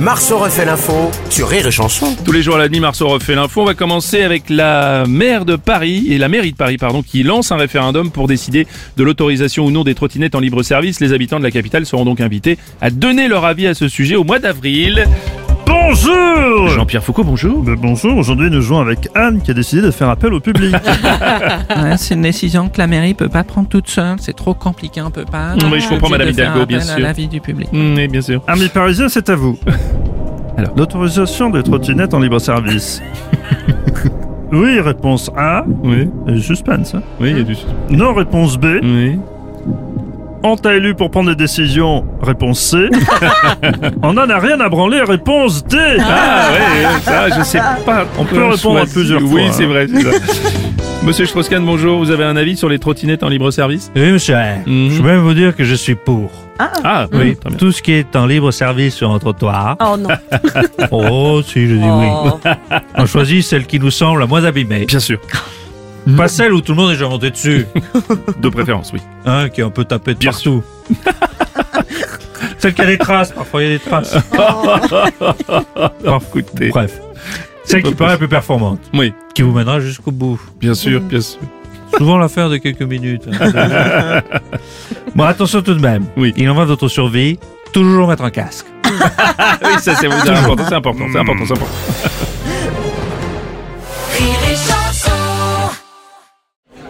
Marceau refait l'info sur Rire et Chanson. Tous les jours à la demi, Marceau refait l'info. On va commencer avec la maire de Paris et la mairie de Paris, pardon, qui lance un référendum pour décider de l'autorisation ou non des trottinettes en libre service. Les habitants de la capitale seront donc invités à donner leur avis à ce sujet au mois d'avril. Bonjour Jean-Pierre Foucault, bonjour. Ben Bonjour, aujourd'hui nous jouons avec Anne qui a décidé de faire appel au public. Ouais, c'est une décision que la mairie peut pas prendre toute seule. C'est trop compliqué, on peut pas. Oui, je comprends, Obligé Madame de faire Hidalgo, bien appel à sûr. l'avis du public. oui, bien sûr. Amis Ah, parisiens, c'est à vous. Alors. L'autorisation des trottinettes en libre service. oui, réponse A. Oui, Euh, Suspense. hein. oui, il y a du Non, réponse B. Oui. On t'a élu pour prendre des décisions. Réponse C. On n'en a rien à branler. Réponse D. Ah ouais, ça, je sais pas. On peut répondre à plusieurs oui, fois, Oui, hein. c'est vrai, c'est ça. Monsieur Strauss-Kahn, bonjour. Vous avez un avis sur les trottinettes en libre service Oui, monsieur. Alain. Mhm. Je peux même vous dire que je suis pour. Ah, oui, très bien. Tout ce qui est en libre service sur un trottoir. Oh non. Oh. Oh, si, je dis oui. On choisit celle qui nous semble la moins abîmée. Bien sûr, Pas celle où tout le monde est déjà monté dessus. de préférence, oui. Hein, qui est un peu tapé de Bien partout. celle qui a des traces. Parfois, il y a des traces. Écoutez, Bref. Celle qui paraît plus performante. Oui. Qui vous mènera jusqu'au bout. bien sûr, bien sûr. Souvent l'affaire de quelques minutes. hein. bon, attention tout de même. Oui. Il en va de votre survie. Toujours mettre un casque. Oui, ça, c'est c'est important, c'est important, c'est important, c'est important.